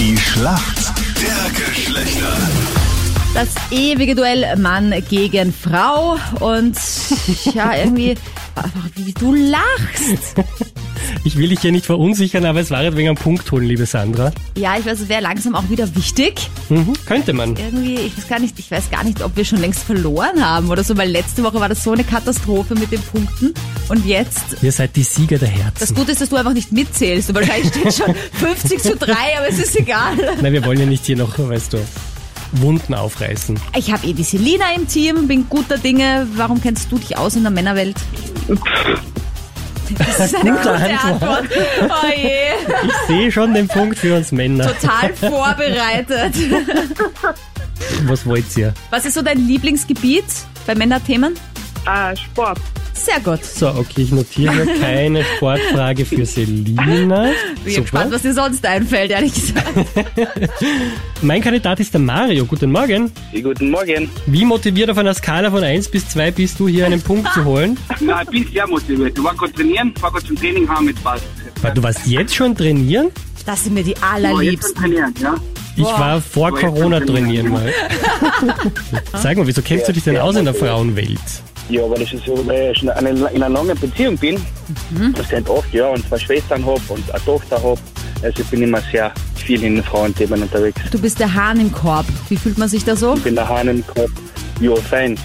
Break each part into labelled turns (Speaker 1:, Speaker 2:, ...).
Speaker 1: Schlacht der Geschlechter.
Speaker 2: Das ewige Duell Mann gegen Frau und ja, irgendwie, ach, wie du lachst.
Speaker 3: Ich will dich hier nicht verunsichern, aber es war jetzt wegen einem Punkt holen, liebe Sandra.
Speaker 2: Ja, ich weiß, es wäre langsam auch wieder wichtig.
Speaker 3: Mhm, könnte man.
Speaker 2: Irgendwie, ich weiß gar nicht, ich weiß gar nicht, ob wir schon längst verloren haben oder so, weil letzte Woche war das so eine Katastrophe mit den Punkten und jetzt
Speaker 3: Ihr seid die Sieger der
Speaker 2: das
Speaker 3: Herzen.
Speaker 2: Gute ist, dass du einfach nicht mitzählst. Und wahrscheinlich steht schon 50 zu 3, aber es ist egal.
Speaker 3: Nein, wir wollen ja nicht hier noch, weißt du, Wunden aufreißen.
Speaker 2: Ich habe eh die Selina im Team, bin guter Dinge. Warum kennst du dich aus in der Männerwelt? Das ist eine gute Antwort. Oh je.
Speaker 3: Ich sehe schon den Punkt für uns Männer.
Speaker 2: total vorbereitet.
Speaker 3: Was wollt ihr?
Speaker 2: Was ist so dein Lieblingsgebiet bei Männerthemen?
Speaker 4: Ah, Sport.
Speaker 2: Sehr gut.
Speaker 3: So, okay, ich notiere hier keine Sportfrage für Selina.
Speaker 2: Bin gespannt, was dir sonst einfällt, ehrlich gesagt.
Speaker 3: Mein Kandidat ist der Mario. Guten Morgen.
Speaker 5: Guten Morgen.
Speaker 3: Wie motiviert auf einer Skala von 1 bis 2 bist du, hier einen Punkt zu holen?
Speaker 5: Na, ich bin sehr motiviert. Ich war kurz trainieren, war kurz im Training, haben mit Spaß.
Speaker 3: Weil Du warst jetzt schon trainieren?
Speaker 2: Das sind mir die
Speaker 5: Aber jetzt
Speaker 2: allerliebsten.
Speaker 5: schon trainieren, ja?
Speaker 3: Ich war vor
Speaker 5: Boah, jetzt
Speaker 3: Corona
Speaker 5: kannst du nicht
Speaker 3: trainieren mal. Sag mal, wieso kennst du dich denn aus in der Frauenwelt?
Speaker 5: Ja, weil ich so, weil ich in einer, in einer langen Beziehung bin.
Speaker 3: Mhm.
Speaker 5: Das sind oft, ja, und zwei Schwestern hab und eine Tochter hab. Also ich bin immer sehr viel in den Frauenthemen unterwegs.
Speaker 2: Du bist der Hahn im Korb. Wie fühlt man sich da so?
Speaker 5: Ich bin der Hahn im Kopf. Ja, fein.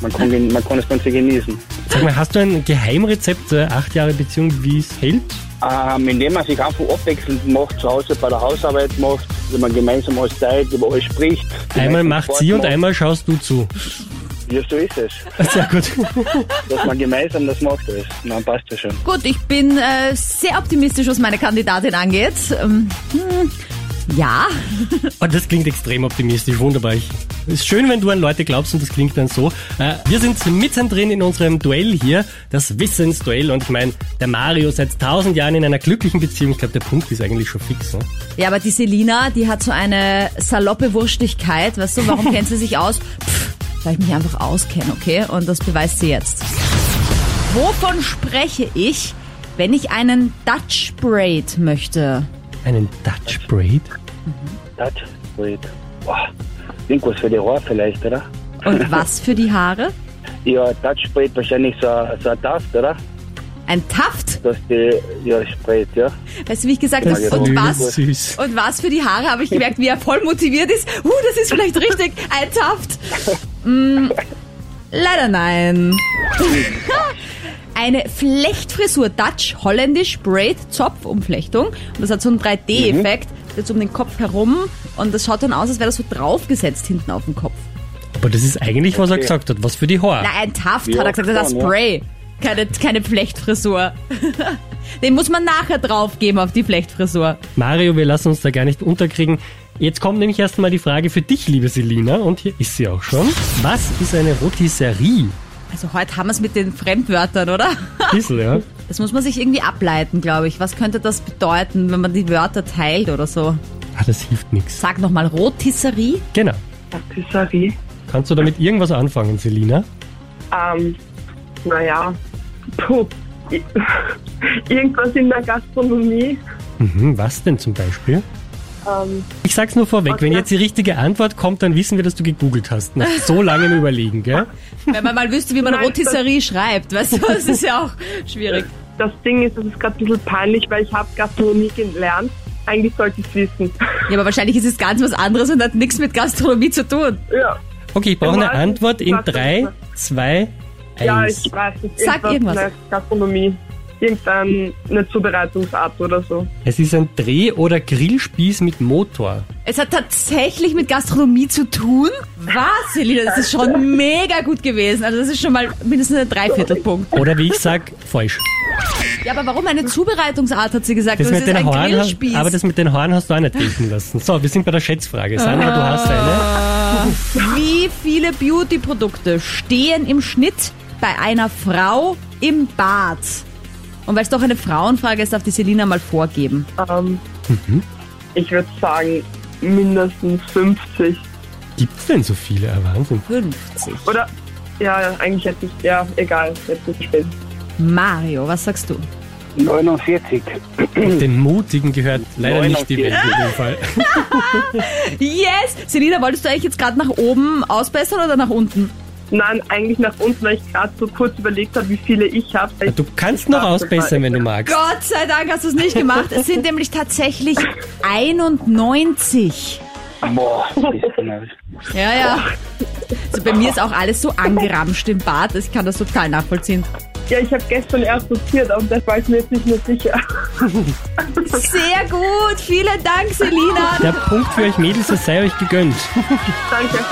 Speaker 5: Man kann, gen- man kann das Ganze genießen.
Speaker 3: Sag mal, hast du ein Geheimrezept, äh, acht Jahre Beziehung, wie es hält?
Speaker 5: Ähm, indem man sich einfach abwechselnd macht, zu Hause bei der Hausarbeit macht, wenn man gemeinsam als Zeit über alles spricht.
Speaker 3: Einmal
Speaker 5: gemeinsam
Speaker 3: macht
Speaker 5: Sport
Speaker 3: sie und
Speaker 5: macht.
Speaker 3: einmal schaust du zu.
Speaker 5: Ja, so ist es.
Speaker 3: Sehr gut.
Speaker 5: Dass man gemeinsam das macht, alles. Na, dann passt das schon.
Speaker 2: Gut, ich bin äh, sehr optimistisch, was meine Kandidatin angeht. Ähm, hm, ja,
Speaker 3: Und das klingt extrem optimistisch, wunderbar. Ich, ist schön, wenn du an Leute glaubst und das klingt dann so. Äh, wir sind mittendrin in unserem Duell hier, das Wissensduell. Und ich meine, der Mario seit tausend Jahren in einer glücklichen Beziehung. Ich glaube, der Punkt ist eigentlich schon fix. Ne?
Speaker 2: Ja, aber die Selina, die hat so eine saloppe Wurstigkeit, weißt du, warum kennt sie sich aus? Pff, weil ich mich einfach auskenne, okay? Und das beweist sie jetzt. Wovon spreche ich, wenn ich einen Dutch Braid möchte?
Speaker 3: Einen Dutch Braid?
Speaker 5: Das geht. Boah. Irgendwas für die Rohr vielleicht, oder?
Speaker 2: Und was für die Haare?
Speaker 5: Ja, das spät wahrscheinlich so, so ein Taft, oder?
Speaker 2: Ein Taft?
Speaker 5: Dass die, ja, spät, ja.
Speaker 2: Weißt du, wie ich gesagt habe?
Speaker 5: Ja,
Speaker 2: Und
Speaker 5: genau.
Speaker 2: was?
Speaker 3: Süß.
Speaker 2: Und was für die Haare habe ich gemerkt, wie er voll motiviert ist. Uh, das ist vielleicht richtig. Ein Taft. Mm, leider nein. Eine Flechtfrisur, Dutch, holländisch, Braid, Zopfumflechtung. Und das hat so einen 3D-Effekt. Jetzt um den Kopf herum. Und das schaut dann aus, als wäre das so draufgesetzt hinten auf dem Kopf.
Speaker 3: Aber das ist eigentlich, was er
Speaker 5: Okay.
Speaker 3: gesagt hat. Was für die Haare.
Speaker 2: Na, ein Taft
Speaker 5: Ja,
Speaker 2: hat er gesagt, das ist ein
Speaker 5: schon, ja.
Speaker 2: Spray. Keine, keine Flechtfrisur. den muss man nachher draufgeben auf die Flechtfrisur.
Speaker 3: Mario, wir lassen uns da gar nicht unterkriegen. Jetzt kommt nämlich erstmal die Frage für dich, liebe Selina. Und hier ist sie auch schon. Was ist eine Rotisserie?
Speaker 2: Also heute haben wir es mit den Fremdwörtern, oder?
Speaker 3: Bissl, ja.
Speaker 2: Das muss man sich irgendwie ableiten, glaube ich. Was könnte das bedeuten, wenn man die Wörter teilt oder so?
Speaker 3: Ah, das hilft nichts.
Speaker 2: Sag nochmal Rotisserie.
Speaker 3: Genau.
Speaker 4: Patisserie.
Speaker 3: Kannst du damit irgendwas anfangen, Selina?
Speaker 4: Ähm, naja. Puh. I- Irgendwas in der Gastronomie.
Speaker 3: Mhm, was denn zum Beispiel?
Speaker 4: Ähm,
Speaker 3: Ich sag's nur vorweg,
Speaker 4: Okay.
Speaker 3: wenn jetzt die richtige Antwort kommt, dann wissen wir, dass du gegoogelt hast. Nach so langem Überlegen, gell?
Speaker 2: Wenn man mal wüsste, wie man
Speaker 4: Nein,
Speaker 2: Rotisserie schreibt, weißt du, das ist ja auch schwierig.
Speaker 4: das Ding ist, das ist gerade ein bisschen peinlich, weil ich habe Gastronomie gelernt. Eigentlich sollte ich es wissen.
Speaker 2: Ja, aber wahrscheinlich ist es ganz was anderes und hat nichts mit Gastronomie zu tun.
Speaker 4: ja.
Speaker 3: Okay, ich brauche eine
Speaker 4: Warte,
Speaker 3: Antwort in
Speaker 4: warte,
Speaker 3: 3,
Speaker 4: warte.
Speaker 3: 2,
Speaker 4: ja,
Speaker 3: 1.
Speaker 4: ich weiß nicht.
Speaker 2: Sag irgendwas.
Speaker 4: in der Gastronomie. Irgendeine Zubereitungsart oder so.
Speaker 3: Es ist ein Dreh- oder Grillspieß mit Motor.
Speaker 2: Es hat tatsächlich mit Gastronomie zu tun. Was, Selina? Das ist schon mega gut gewesen. Also das ist schon mal mindestens ein Dreiviertelpunkt.
Speaker 3: Oder wie ich sag, falsch.
Speaker 2: Ja, aber warum eine Zubereitungsart, hat sie gesagt.
Speaker 3: Das
Speaker 2: Und es
Speaker 3: mit den
Speaker 2: ist ein
Speaker 3: Haaren, hast-
Speaker 2: Grillspieß.
Speaker 3: aber das mit den Haaren hast du auch nicht gelten lassen. So, wir sind bei der Schätzfrage. Sandra, du hast eine.
Speaker 2: Wie viele Beauty-Produkte stehen im Schnitt bei einer Frau im Bad? Und weil es doch eine Frauenfrage ist, darf die Selina mal vorgeben.
Speaker 4: Ähm,
Speaker 2: Mhm.
Speaker 4: Ich würde sagen, mindestens 50.
Speaker 3: Gibt's denn so viele? Ah, Wahnsinn.
Speaker 2: 50.
Speaker 4: Oder? Ja, eigentlich hätte ich, ja, egal, jetzt ist es spät.
Speaker 2: Mario, was sagst du?
Speaker 5: 49.
Speaker 3: Den Mutigen gehört leider
Speaker 5: Neun
Speaker 3: nicht
Speaker 5: auf
Speaker 3: die
Speaker 5: jeden.
Speaker 3: Welt in dem Fall.
Speaker 2: Yes! Selina, wolltest du eigentlich jetzt gerade nach oben ausbessern oder nach unten?
Speaker 4: Nein, eigentlich nach uns, weil ich gerade so kurz überlegt habe, wie viele ich habe.
Speaker 3: Du kannst noch ausbessern, wenn du magst.
Speaker 2: Gott sei Dank hast du es nicht gemacht. Es sind nämlich tatsächlich 91.
Speaker 5: Boah, bist du nervös.
Speaker 2: Ja, ja. Also bei mir ist auch alles so angeramscht im Bad. Ich kann das total nachvollziehen.
Speaker 4: Ja, ich habe gestern erst sortiert und das war ich mir jetzt nicht mehr sicher.
Speaker 2: Sehr gut. Vielen Dank, Selina.
Speaker 3: Der Punkt für euch Mädels, das sei euch gegönnt.
Speaker 4: Danke.